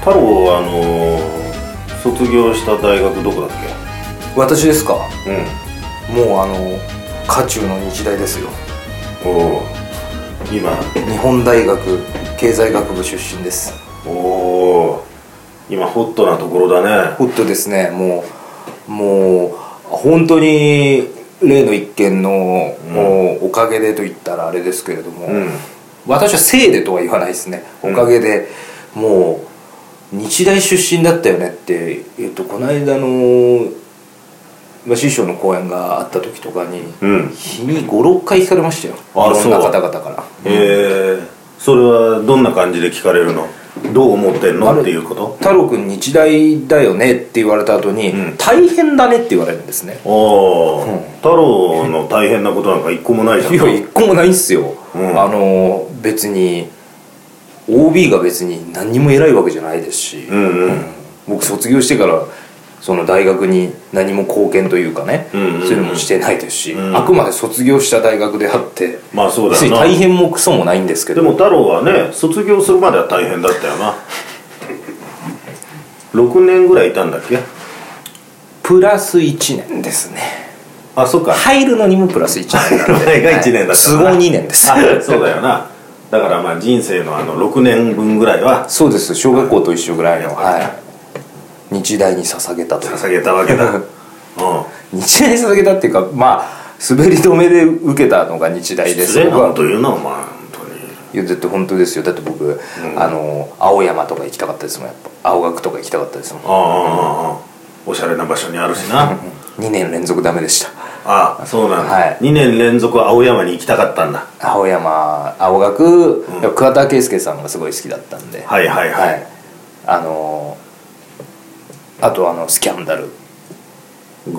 太郎はあのー卒業した大学どこだっ私ですかけうんもうあの渦中の日大ですよおお今日本大学経済学部出身ですおお今ホットなところだねホットですねもうもう本当に例の一件の、もうおかげでと言ったらあれですけれども、うん私はせいでとは言わないですねうんおかげで、もう日大出身だったよねって、えっと、この間の、まあ、師匠の講演があった時とかに、うん日に56回聞かれましたよあいろんなそう方々からえー、それはどんな感じで聞かれるのどう思ってんあのれっていうこと太郎君日大だよねって言われた後に、うん大変だねって言われるんですねおお、うん太郎の大変なことなんか一個もないじゃんいや一個もないんすよ、うんあの別に OB が別に何にも偉いわけじゃないですし、うんうん僕卒業してからその大学に何も貢献というかね、うんうんうんそういうのもしてないですし、うんあくまで卒業した大学であってまあそうだ別によな大変もクソもないんですけでども太郎はね卒業するまでは大変だったよな6年ぐらいいたんだっけプラス1年ですね あそっか入るのにもプラス1年な ので入る前が一年だったから 都合2年ですあ そうだよなだからまあ人生のあの6年分ぐらいはそうです小学校と一緒ぐらいのはい日大に捧げたという捧げたわけ だうん日大に捧げたっていうかまあ滑り止めで受けたのが日大です失礼な僕はこと言うなお前本当にいやだって本当ですよだって僕、あの青山とか行きたかったですもんやっぱ青学とか行きたかったですもんああああああおしゃれな場所にあるしな2年連続ダメでしたああそうなんだ、はい2年連続青山に行きたかったんだ青山青学、やっぱ桑田佳祐さんがすごい好きだったんでははいはいはい、あのあとあのスキャンダルが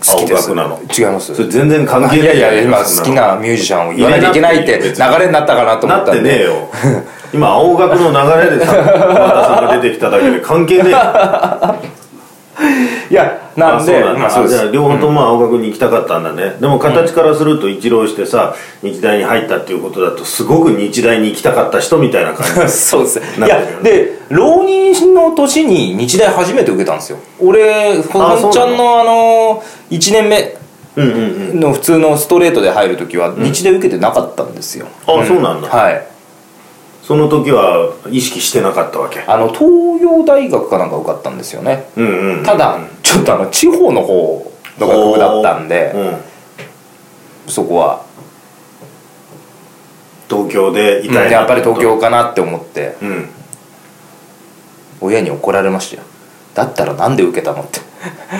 好青きです学なの違いますそれ全然関係いないやいや今そん好のきなミュージシャンを言わなきゃいけないって流れになったかなと思なっったてんでねえよ 今青学の流れでさ桑田さんが出てきただけで関係ねえよいやなんであそうまあだそうあでじゃすあ両方とも青学に行きたかったんだね、でも形からすると一浪してさ日大に入ったっていうことだとすごく日大に行きたかった人みたいな感 じそうですねいなるほどやで浪人の年に日大初めて受けたんですよ俺なの本ちゃんのあの1年目うんうんうんの普通のストレートで入る時は日大受けてなかったんですよ、あ、そうなんだ、はいその時は意識してなかったわけあの東洋大学かなんか受かったんですよねうんうんただちょっとあの地方の方の学部だったんで、うん、そこは東京でいうんたいなやっぱり東京かなって思ってうん親に怒られましたよだったらなんで受けたのって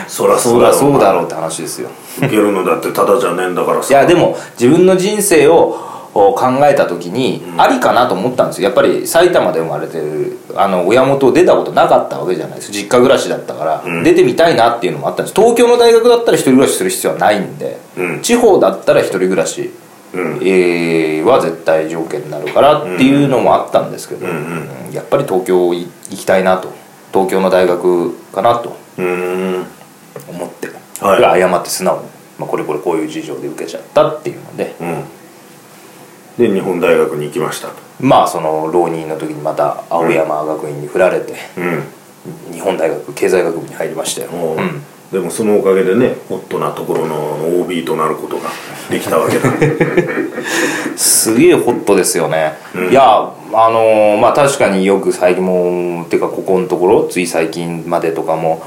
そりゃそそうりだゃろそうだろうって話ですよ受けるのだってただじゃねえんだからいさやでも自分の人生をお考えた時にありかなと思ったんですよやっぱり埼玉で生まれてるあの親元を出たことなかったわけじゃないです実家暮らしだったから、ん出てみたいなっていうのもあったんです東京の大学だったら一人暮らしする必要はないんで、うん地方だったら一人暮らし、うんえーは絶対条件になるからっていうのもあったんですけど、うんうんやっぱり東京い行きたいなと東京の大学かなとうーん思って、はい謝って素直に、まあ、これこれこういう事情で受けちゃったっていうのでうんで日本大学に行きましたとまあその浪人の時にまた青山学院に振られて、うん日本大学経済学部に入りましたよ、おううんでもそのおかげでねホットなところの OB となることができたわけ だすげえホットですよね、いやあのーまあ確かによく最近もてかここのところつい最近までとかも、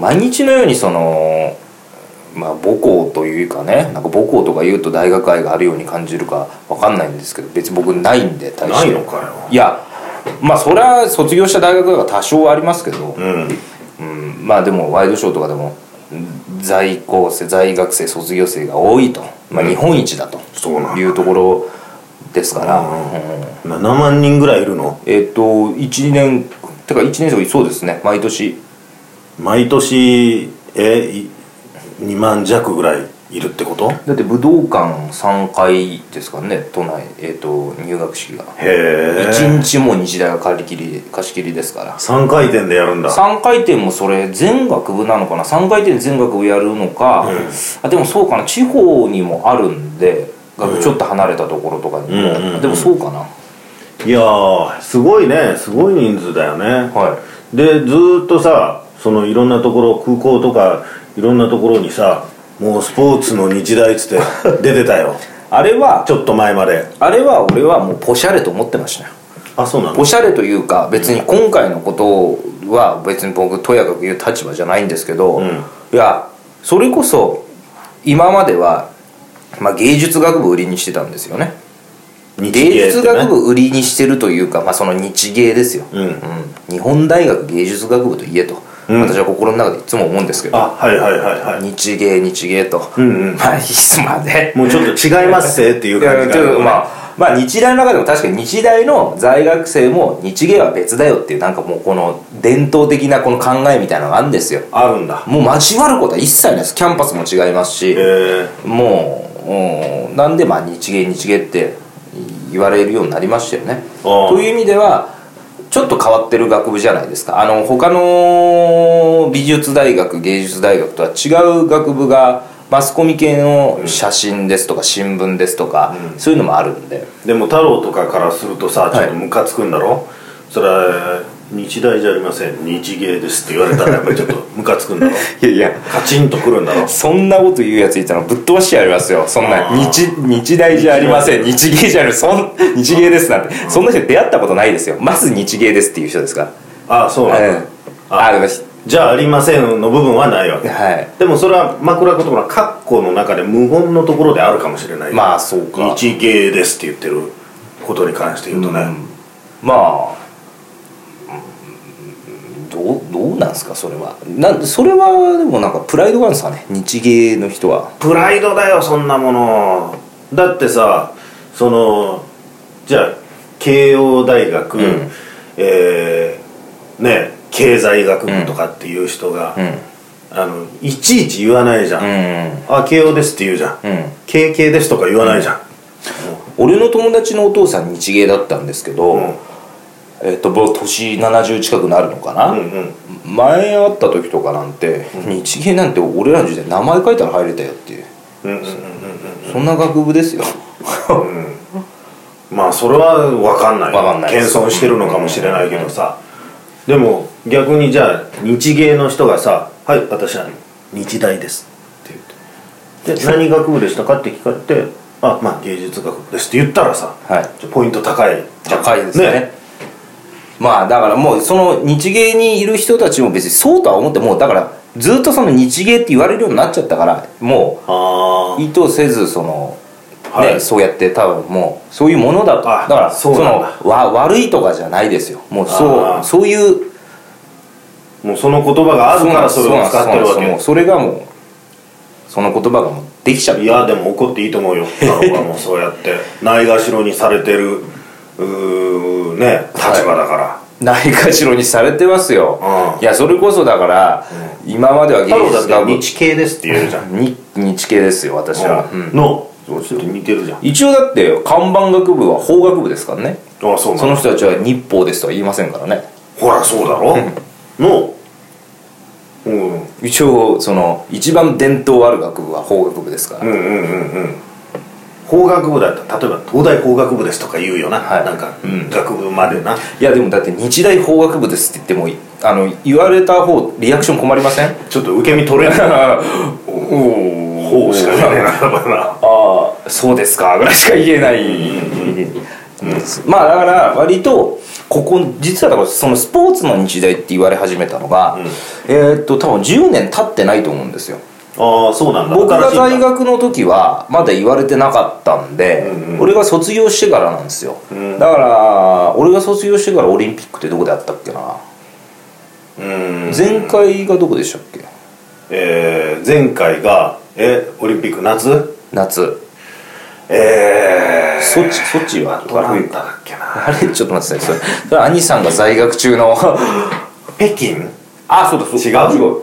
毎日のようにそのまあ母校というかねなんか母校とか言うと大学愛があるように感じるかわかんないんですけど別に僕ないんで大してないのかよいやまあそれは卒業した大学が多少はありますけど、うんうん、まあでもワイドショーとかでもうん在校生在学生卒業生が多いと、まあ、日本一だとそうなんだいうところですから、うんうん7万人ぐらいいるのえっ、と1年てか1年生そうですね毎年毎年えい2万弱ぐらいいるってことだって武道館3回ですかね都内、えっと入学式がへえ1日も日大が借り切り貸し切りですから3回転でやるんだ3回転もそれ全学部なのかな3回転全学部やるのか、あでもそうかな地方にもあるんで学部ちょっと離れたところとかにも、うんうんうんでもそうかないやーすごいねすごい人数だよね、はでずーっとさそのいろんなところ空港とかいろんなところにさもうスポーツの日大っつって出てた よいあれはちょっと前まであれは俺はもうポシャレと思ってましたよあそうなのおしゃれというか別に今回のことは別に僕とやかく言う立場じゃないんですけど、んいやそれこそ今までは、まあ、芸術学部売りにしてたんですよね日芸ってね芸術学部売りにしてるというか、まあ、その日芸ですよ、うん日本大学芸術学部と言えと、私は心の中でいつも思うんですけどあはいはいはいは日芸日芸と、んうん まあいつまでいもうちょっと違いますぜっていういや感じちょっとがまあまあ日大の中でも確かに日大の在学生も日芸は別だよっていうなんかもうこの伝統的なこの考えみたいなのがあるんですよあるんだもう交わることは一切ないですキャンパスも違いますしへえもう、うんなんでまあ日芸日芸って言われるようになりましたよねああという意味ではちょっと変わってる学部じゃないですかあの他の美術大学芸術大学とは違う学部がマスコミ系の写真ですとか新聞ですとか、そういうのもあるんででも太郎とかからするとさちょっとムカつくんだろ、それは日大じゃありません日芸ですって言われたらやっぱりちょっとムカつくんだ ろいやいやカチンとくるんだろそんなこと言うやついたらぶっ飛ばしてやりますよそんなあー日日大じゃありません日芸じゃありませんそん日芸ですなんてそんな人出会ったことないですよまず日芸ですっていう人ですからああそうなんだ、あでもじゃあありませんの部分はないわけはでもそれは枕言葉の括弧の中で無言のところであるかもしれないいまあそうか日芸ですって言ってることに関して言うとね、まあうんどうどうなんですかそれはなんそれはでもなんかプライドがあるんですかね日芸の人はプライドだよそんなものだってさそのじゃあ慶応大学、んえーね経済学部とかっていう人が、うんあのいちいち言わないじゃん、うんあ慶応ですって言うじゃん、うん経験ですとか言わないじゃん、俺の友達のお父さん日芸だったんですけど、うんえっともう年70近くなるのかな、うんうん前会った時とかなんて日芸なんて俺らの時代名前書いたら入れたよっていううんうんうんそんな学部ですよまあそれは分かんないわかんないです謙遜してるのかもしれないけどさ、でも逆にじゃあ日芸の人がさ「はい私は日大です」って言って「で何学部でしたか?」って聞かれて「あまあ芸術学部です」って言ったらさ、はいちょポイント高いじゃん高いですねまあだからもうその日芸にいる人たちも別にそうとは思ってもうだからずっとその日芸って言われるようになっちゃったからもあう意図せずその、はいね、そうやって多分もうそういうものだとだあからそうそなんのだわ悪いとかじゃないですよもうあそーうそういうあもうその言葉があるからそれを使ってるわそうなんですそうなんですもうけそれがもうその言葉がもうできちゃういやでも怒っていいと思うよ太郎はもうそうやって ないがしろにされてるうーね立場だから、ないがしろにされてますよ、うんいやそれこそだから、今までは芸太郎術だっ学て部日系ですって言えるじゃん日日系ですよ私は、うんのちょっと似てるじゃん一応だって看板学部は法学部ですからねあそうなそのの人たちは日報ですとは言いませんからねほらそうだろのうんうん一応その一番伝統ある学部は法学部ですから、うんうんうん法学部だったら例えば東大法学部ですとか言うよな、はいなんか、学部までないやでもだって日大法学部ですって言ってもいあの言われた方リアクション困りませんちょっと受け身取れない お方おしか言えないならばなああそうですかぐらいしか言えない、まあだから割とここ実はだからそのスポーツの日大って言われ始めたのが、えーっと多分10年経ってないと思うんですよああそうなんだ僕が新しい大んだ学の時はまだ言われてなかったんで、俺が卒業してからなんですよ、だから俺が卒業してからオリンピックってどこであったっけな、うん前回がどこでしたっけえー、前回がえオリンピック夏夏えソチソチはー、トランタだっけなあれちょっと待ってくださいそれそれ兄さんが在学中の北京あそうだそうだ違うあ違う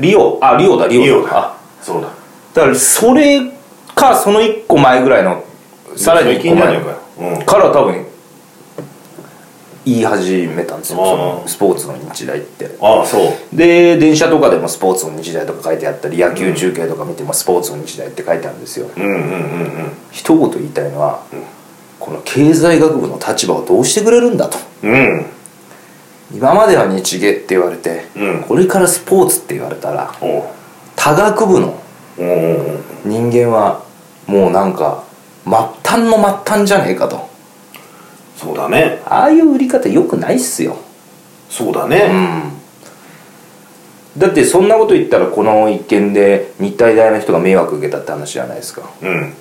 リオあリオだリオだリオだあそうだだからそれかその1個前ぐらいのさらに最近1個じゃね前えかよ、うん、から多分言い始めたんですよあーそのスポーツの日大ってああそうで電車とかでもスポーツの日大とか書いてあったり野球中継とか見てもスポーツの日大って書いてあるんですよ、うんうんうんうん一言言いたいのは、ここの経済学部の立場をどうしてくれるんだとうん今までは日芸って言われて、うんこれからスポーツって言われたらおう多学部のおう人間はもうなんか末端の末端じゃねえかとそうだねああいう売り方良くないっすよそうだうねんだってそんなこと言ったらこの一件で日体大の人が迷惑受けたって話じゃないですかうん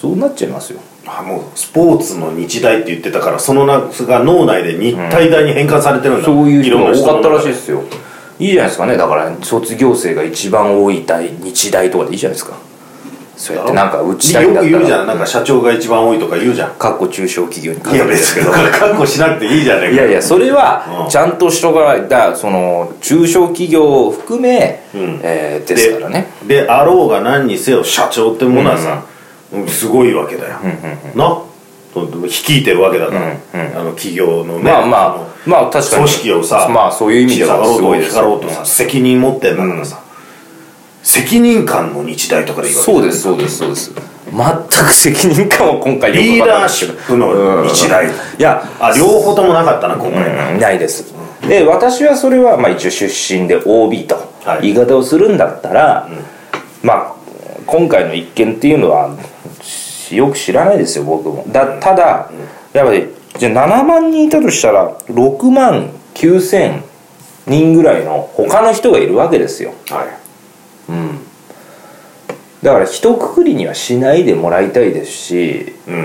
そうなっちゃいますよあもうスポーツの日大って言ってたからその夏が脳内で日体大に変換されてるんだ、そういう人ろんがな多かったらしいいですよいいじゃないですかねだから卒業生が一番多い大日大とかでいいじゃないですかそうやってなんか打ちたいんよだくった言うじゃらんなんか社長が一番多いとか言うじゃんかっこ中小企業いにや別にだから確保しなくていいじゃねえかいやいやそれうはんちゃんと人がだからその中小企業を含め、んえーですからねであろうが何にせよ社長ってものはさ、うんすごいわけだよ、な率いてるわけだから、うんあの企業のね、まあまあまあ確かに組織をさまあそういう意味では小すさかごろいうと大ですきかろうとさ責任持ってんだからさ、責任感の日大とかで言われてそうですそうですそうです全く責任感を今回よくリーわかんダなーいですシけどップの日大、いやあ両方ともなかったな今回、うんないですで私はそれはまあ一応出身で OB とはい言い方をするんだったら、まあ今回の一件っていうのはしよく知らないですよ僕もだただやっぱりじゃあ7万人いたとしたら6万9千人ぐらいの他の人がいるわけですよはいだから一括りにはしないでもらいたいですしう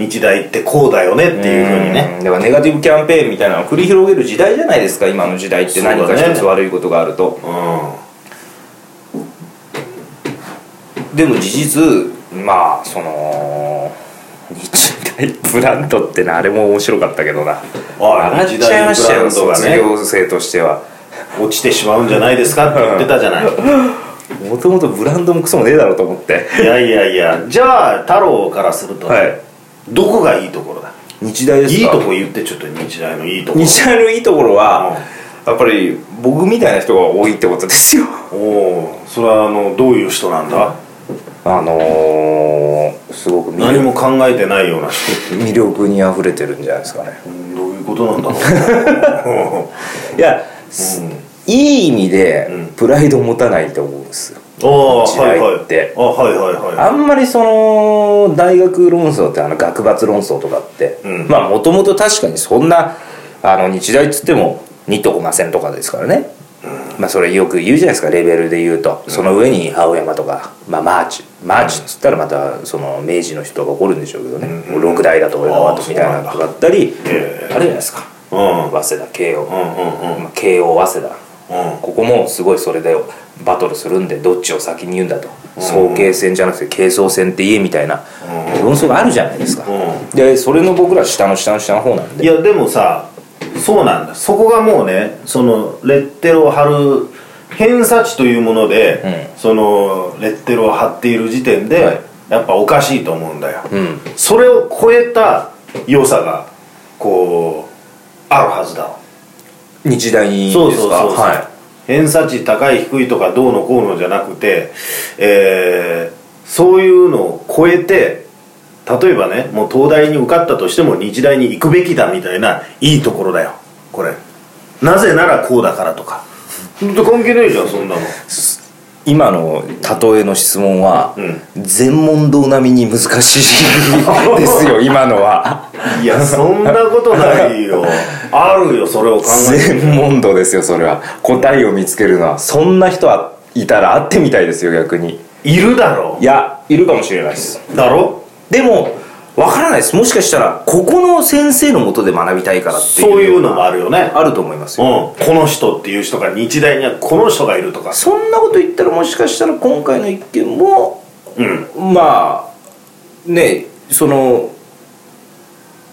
ん、日大ってこうだよねっていうふうにね、うんだからネガティブキャンペーンみたいなのを繰り広げる時代じゃないですか今の時代って何か一つ悪いことがあると、でも事実まあその日大ブランドってのはあれも面白かったけどなあ笑っちゃいましたよ日大ブランドが卒ね業生としては落ちてしまうんじゃないですかって言ってたじゃないいもともとブランドもクソもねえだろうと思ってやいやいやじゃあ太郎からすると、はいどこがいいところだ日大ですかいいとこ言ってちょっと日大のいいところ日大のいいところは、やっぱり僕みたいな人が多いってことですよおおそれはあのどういう人なんだあのー、すごく魅何力も考えてないような人魅力にあふれてるんじゃないですかねうんどういうことなんだろいや、う、うんいい意味でうんプライドを持たないと思うんですよああ日はい大はっいてあはいはいはあんまりその大学論争ってあの学罰論争とかって、うんまあもともと確かにそんなあの日大っつっても2とこませんとかですからね、まあそれよく言うじゃないですかレベルで言うとその上に青山とか、まあ、マーチマーチっつったらまたその明治の人が怒るんでしょうけどね、うん六大だと俺はみたいなのとかあったりあえるじゃないですかいうん早稲田慶応、うんうんうんまあ慶応早稲田うんここもすごいそれでバトルするんでどっちを先に言うんだと早慶戦じゃなくて慶総戦って言えみたいな論争があるじゃないですかうでそれの僕ら下の下の下の方なんいでやでもさそうなんだそこがもうねそのレッテルを貼る偏差値というもので、そのレッテルを貼っている時点で、はいやっぱおかしいと思うんだよ、うんそれを超えた良さがこうあるはずだわ日大にですかそうそうそうそう、は偏差値高い低いとかどうのこうのじゃなくて、えーそういうのを超えて例えばねもう東大に受かったとしても日大に行くべきだみたいないいところだよこれなぜならこうだからとか本当関係ないじゃんそんなのい、今の例えの質問は、うん全問答並みに難しいですよ今のはいやそんなことないよあるよそれを考えて全問答ですよそれは答えを見つけるのはそんな人はいたら会ってみたいですよ逆にいるだろいやいるかもしれないですだろでもわからないですもしかしたらここの先生のもとで学びたいからっていうそういうのもあるよねあると思いますうんよ、この人っていう人が日大にはこの人がいるとかそんなこと言ったらもしかしたら今回の一件もうんまあねその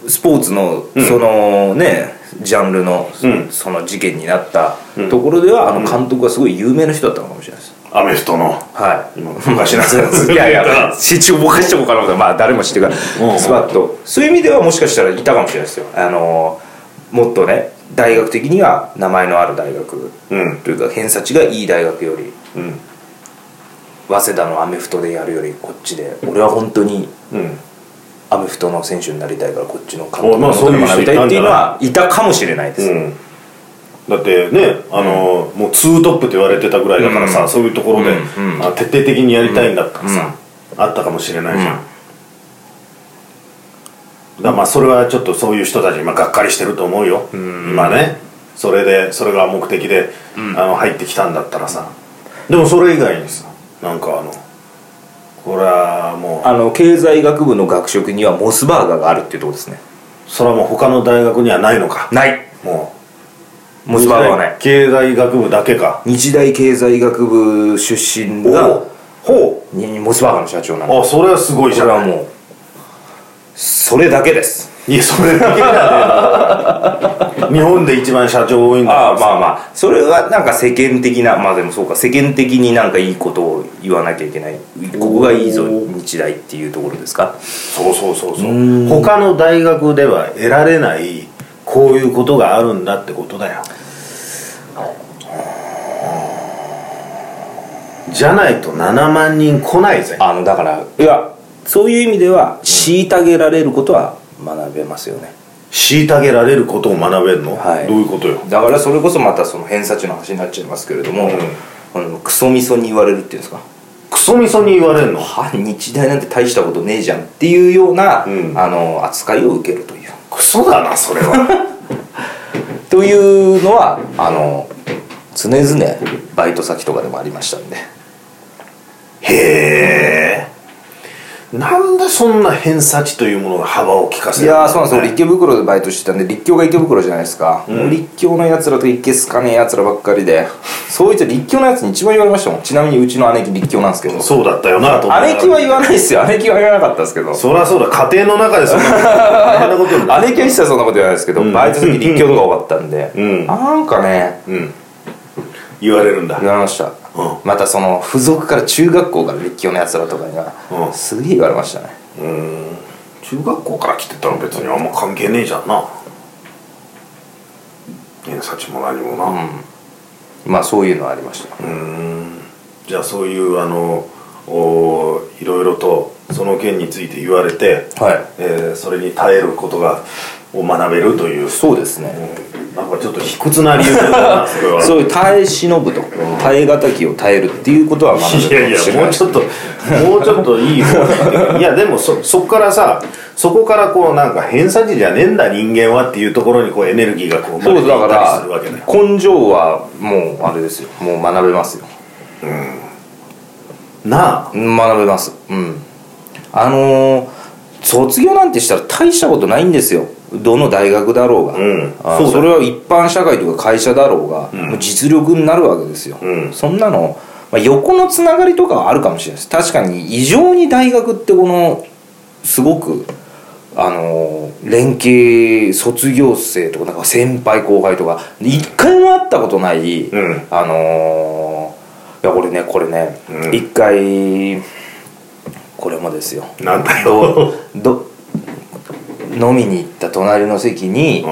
スポーツの、んそのねジャンルの、うんその事件になったんところでは、あの監督がすごい有名な人だったのかもしれないです、アメフトのはい今昔のやつ いやいや一応ぼかしておこうかなと思ったらまあ誰も知ってるかうらんスパッとそういう意味ではもしかしたらいたかもしれないですよあのもっとね大学的には名前のある大学うんというか偏差値がいい大学よりうん早稲田のアメフトでやるよりこっちで俺は本当にうんアメフトの選手になりたいからこっちの監おまあそういう人なりたいっていうのはいたかもしれないです、うんだってねあの、もうツートップって言われてたぐらいだからさ、うんそういうところで、うんうんあ徹底的にやりたいんだったらさ、あったかもしれないじゃん、うんだからまあそれはちょっとそういう人たち今がっかりしてると思うよ、今ねそれでそれが目的で、あの入ってきたんだったらさでもそれ以外にさなんかあのこれはもうあの経済学部の学食にはモスバーガーがあるっていうとこですねそれはもう他の大学にはないのかないもうモスバーガーはない経済学部だけか日大経済学部出身がほにモスバーガーの社長なんうであそれはすごいこじれゃはんもうそれだけですいやそれだけだ ね日本で一番社長多いんだあああまあまあそれはなんか世間的なまあでもそうか世間的になんかいいことを言わなきゃいけないここがいいぞ日大っていうところですかそうそうそうそう他の大学では得られないこういうことがあるんだってことだよじゃないと7万人来ないぜあのだからいやそういう意味では虐げられることは学べますよね虐げられることを学べるの、はいどういうことよだからそれこそまたその偏差値の話になっちゃいますけれども、あのクソみそに言われるっていうんですかクソみそに言われるのは日大なんて大したことねえじゃんっていうような、うんあの扱いを受けるというクソだなそれはというのはあの常々バイト先とかでもありましたんでへえなんでそんな偏差値というものが幅を利かせいるやーそうなんですよ、ね立教袋でバイトしてたんで立教が池袋じゃないですか、もう立教のやつらといけすかねえやつらばっかりでそういった立教のやつに一番言われましたもんちなみにうちの姉貴立教なんですけど姉そうだったよなと思いながら貴は言わないですよ姉貴は言わなかったですけどそりゃそうだ家庭の中でそんなこと大変なことになる姉貴は一切そんなこと言わないですけど、バイト先立教とか多かったんで、うんなんかねうん言われるんだ言われました、うんまたその付属から中学校から立教のやつらとかには、うんすげえ言われましたね中学校から来てたら別にあんま関係ねえじゃんな偏差値も何もなまあそういうのはありました、じゃあそういうあのおいろいろとその件について言われて、はいえーそれに耐えることがを学べるというそうですね、なんかちょっと卑屈な理由だなそれはそういう耐え忍ぶと耐え難きを耐えるっていうことは学いべやるかいもしやれないもうちょっともうちょっといい方にいやでもそそこからさそこからこうなんか偏差値じゃねえんだ人間はっていうところにこうエネルギーがこう生そまうれでてすいだかったりするわけだよら根性はもうあれですよもう学べますよなあ学べますうんあのー卒業なんてしたら大したことないんですよどの大学だろうが、うんあそうだよそれは一般社会とか会社だろうが、もう実力になるわけですよ、うんそんなの、まあ、横のつながりとかはあるかもしれないです確かに異常に大学ってこのすごくあのー連携卒業生とかなんか先輩後輩とか一回も会ったことない、うんあのーいや俺ねこれねうん一、回これもですよなんだよど飲みに行った隣の席に、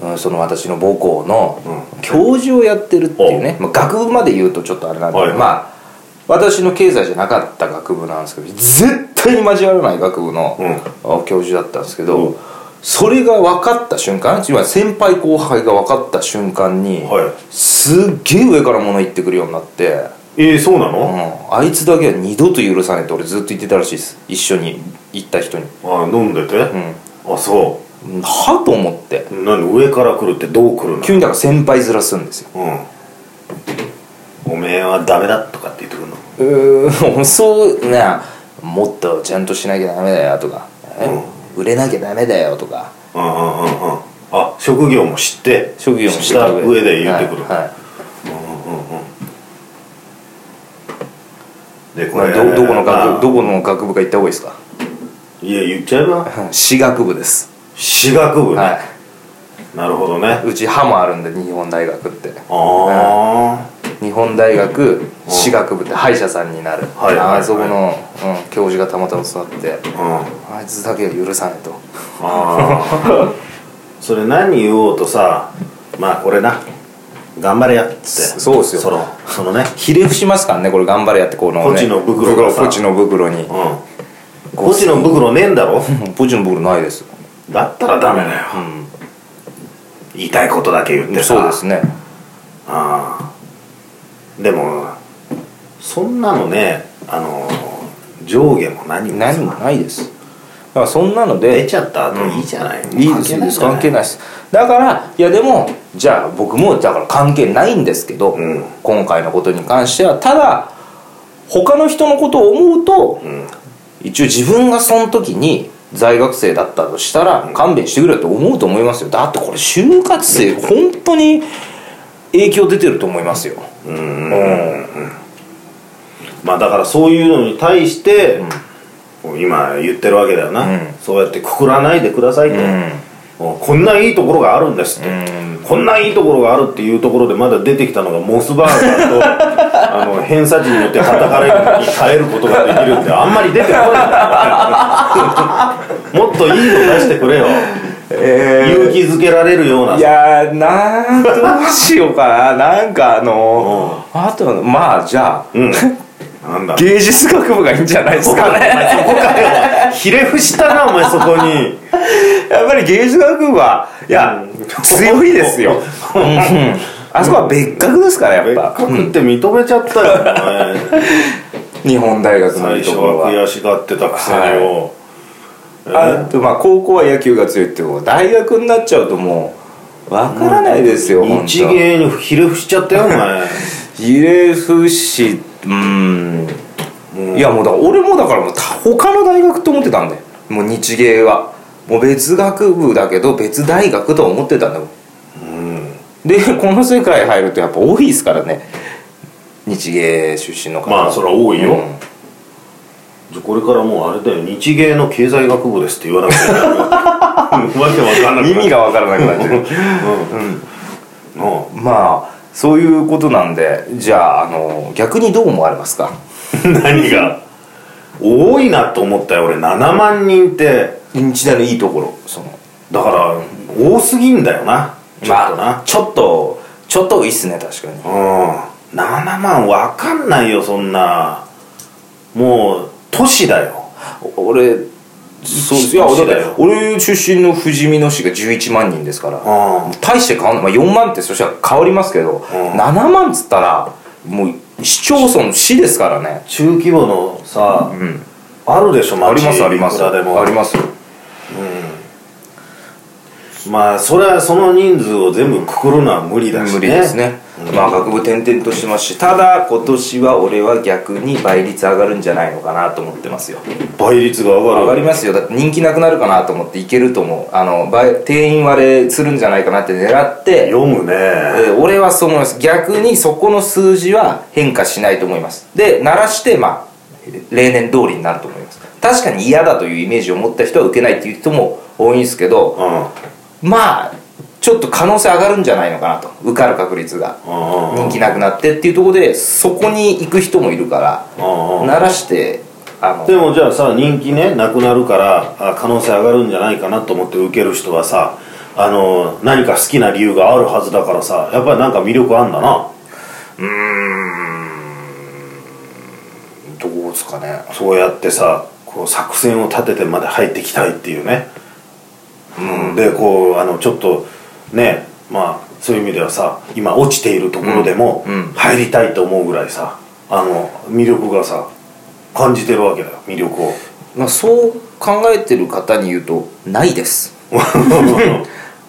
ううんその私の母校の教授をやってるっていうね、まあ、学部まで言うとちょっとあれなんだけど、はいまあ私の経済じゃなかった学部なんですけど絶対に交わらない学部のあ教授だったんですけど、それが分かった瞬間今先輩後輩が分かった瞬間に、んはいすっげえ上から物言ってくるようになって、えー、そうなうの、ん、あいつだけは二度と許さないって俺ずっと言ってたらしいです一緒に行った人に、あ飲んでて、うん、あそはと思ってう何上から来るってどう来るの急にだから先輩面するんですようんおめえはダメだとかって言ってくるのうーんそうねもっとちゃんとしなきゃダメだよとか、え売れなきゃダメだよとかうんうんうんうんあ職業も知って職業も知った上で言ってくる、はいはいでこまあれどどこの学ま部あどこの学部か行った方がいいですかいや言っちゃえばはい私学部です、私学部ね、はなるほどねい、うち歯もあるんで日本大学ってあ日本大学歯学部って歯医者さんになる、はいはいはいあそこの、うん、教授がたまたま座ってあうんああいつだけは許さないとあ それ何言おうとさまあこれな頑張れやっつってそそうっすよそのそのねひれ伏しますからねこれ頑張れやってこの、ね、ポチの袋がさポチの袋にうポチの袋ねえんだろポチの袋ないですだったらダメだよ、言いたいことだけ言ってさそうですねああでもそんなのねあの上下も何もさ何もないですだからそんなの出でちゃった後いいじゃない、いいですいいです関係いないですだからいやでもじゃあ僕もだから関係ないんですけど、うん今回のことに関してはただ他の人のことを思うと、ん一応自分がその時に在学生だったとしたら勘弁してくれと思うと思いますよだってこれ就活生本当に影響出てると思いますよ、うんうんまあだからそういうのに対して、今言ってるわけだよな、うんそうやってくくらないでくださいと、うんこんないいところがあるんですって、うこんないいところがあるっていうところでまだ出てきたのがモスバー ガーとあの偏差値によって叩かれるに耐えることができるってあんまり出てこないんだよもっといいの出してくれよ勇気づけられるようないやーなんどうしようかななんかあのー、あとはまあじゃあうんなんだ芸術学部がいいんじゃないですかそねこかよひれ伏したなお前そこに やっぱり芸術学部はいや、うん強いですよ、うんうんあそこは別格ですからやっ別ぱ、格って認めちゃったよ、お前日本大学の最いいと初ころはは悔しがってたくせによ、あとまあ高校は野球が強いってこと大学になっちゃうともうわからないですよ、本日当芸にひれ伏しちゃったよお 前入れ伏しうんいやもうだから俺もだからもうた他の大学と思ってたんだよもう日芸はもう別学部だけど別大学と思ってたんだもんで この世界入るとやっぱ多いですからね日芸出身の方まあそりゃ多いよ、うんじゃあこれからもうあれだよ日芸の経済学部ですって言わなくていい わけわかんなくな意味がが分からなくなっ ちゃのうまあそういうことなんでじゃああの逆にどう思われますか何が多いなと思ったよ俺7万人って日大のいいところそのだから多すぎんだよなちょっとな、まあちょっとちょっといいっすね確かにうん7万わかんないよそんなもう都市だよ俺そういや都だ市っだよて俺出身の富士見野市が11万人ですからうん大して変わんない、まあ、4万ってそしたら変わりますけど、ん7万っつったらもう市町村市ですからね中規模のさ、んあるでしょあ町りますありますいくらでもありますよまあそれはその人数を全部くくるのは無理だしね無理ですねまあ学部転々としてますしただ今年は俺は逆に倍率上がるんじゃないのかなと思ってますよ倍率が上がる上がりますよだって人気なくなるかなと思っていけると思うあの倍定員割れするんじゃないかなって狙って読むねえー俺はそう思います逆にそこの数字は変化しないと思いますで鳴らしてまあ例年通りになると思います確かに嫌だというイメージを持った人は受けないっていう人も多いんですけどうんまあちょっと可能性上がるんじゃないのかなと受かる確率がうんうん人気なくなってっていうところでそこに行く人もいるかうんらうん鳴らしてあのでもじゃあさ人気ねなくなるからあ可能性上がるんじゃないかなと思って受ける人はさあの何か好きな理由があるはずだからさやっぱりなんか魅力あんだなどうですかねそうやってさこう作戦を立ててまで入ってきたいっていうね、うん、でこうあのちょっとねまあそういう意味ではさ今落ちているところでもうんうん入りたいと思うぐらいさあの魅力がさ感じてるわけだよ魅力をまあそう考えてる方に言うとない です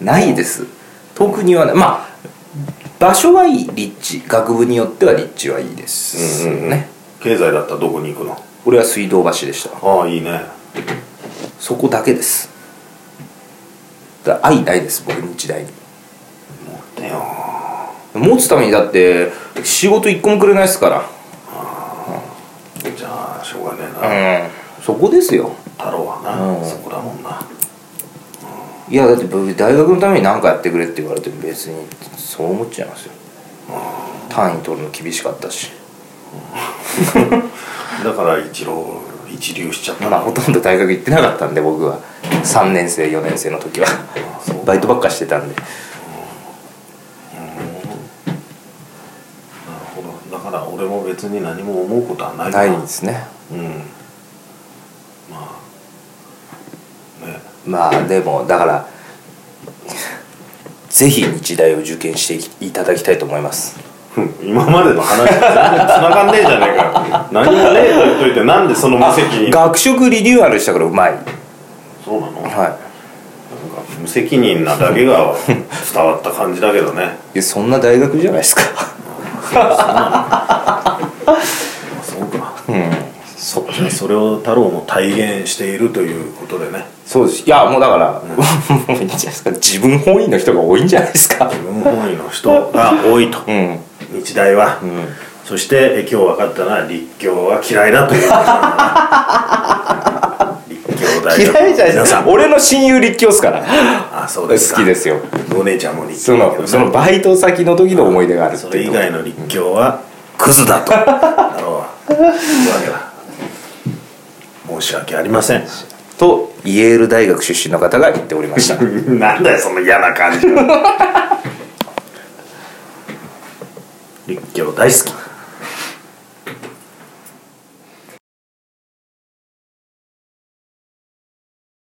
ないです特にはないまあ場所はいい立地学部によっては立地はいいですよね、経済だったらどこに行くの俺は水道橋でしたああいいねそこだけですだから愛ないです僕日大にだよ持つためにだって仕事一個もくれないですかじゃあしょうがねえな、らうんそこですよ太郎はな、うんそこだもんないやだって僕大学のために何かやってくれって言われても別にそう思っちゃいますよ単位取るの厳しかったしだから一郎一流しちゃったまあほとんど大学行ってなかったんで僕は3年生4年生の時はバイトばっかしてたんでなるほどだから俺も別に何も思うことはないないんですねうんまあまあでもだからぜひ日大を受験していただきたいと思います 今までの話全然繋がんねえじゃねえかよ何もねえと言っといてなんでその無責任学食リニューアルしたからうまいそうなのなんかは無責任なだけが伝わった感じだけどねいいやそんな大学じゃないですかそうかうんそじゃあそれを太郎も体現しているということでねそうですいやもうだから、もういいんじゃないですか自分本位の人が多いんじゃないですか自分本位の人が多いとうん日大は、そしてえ今日分かったのは立教は嫌いだということだな 立教大学の嫌いじゃないで皆すさかん俺の親友立教っすからあそう好ですかきですよお姉ちゃんも立そ教だけどのねそのバイト先の時の思い出があるってそれい以うと外の立教はクズだとだろういうわけだ申し訳ありません とイエール大学出身の方が言っておりましたなんだよその嫌な感じ立教大好き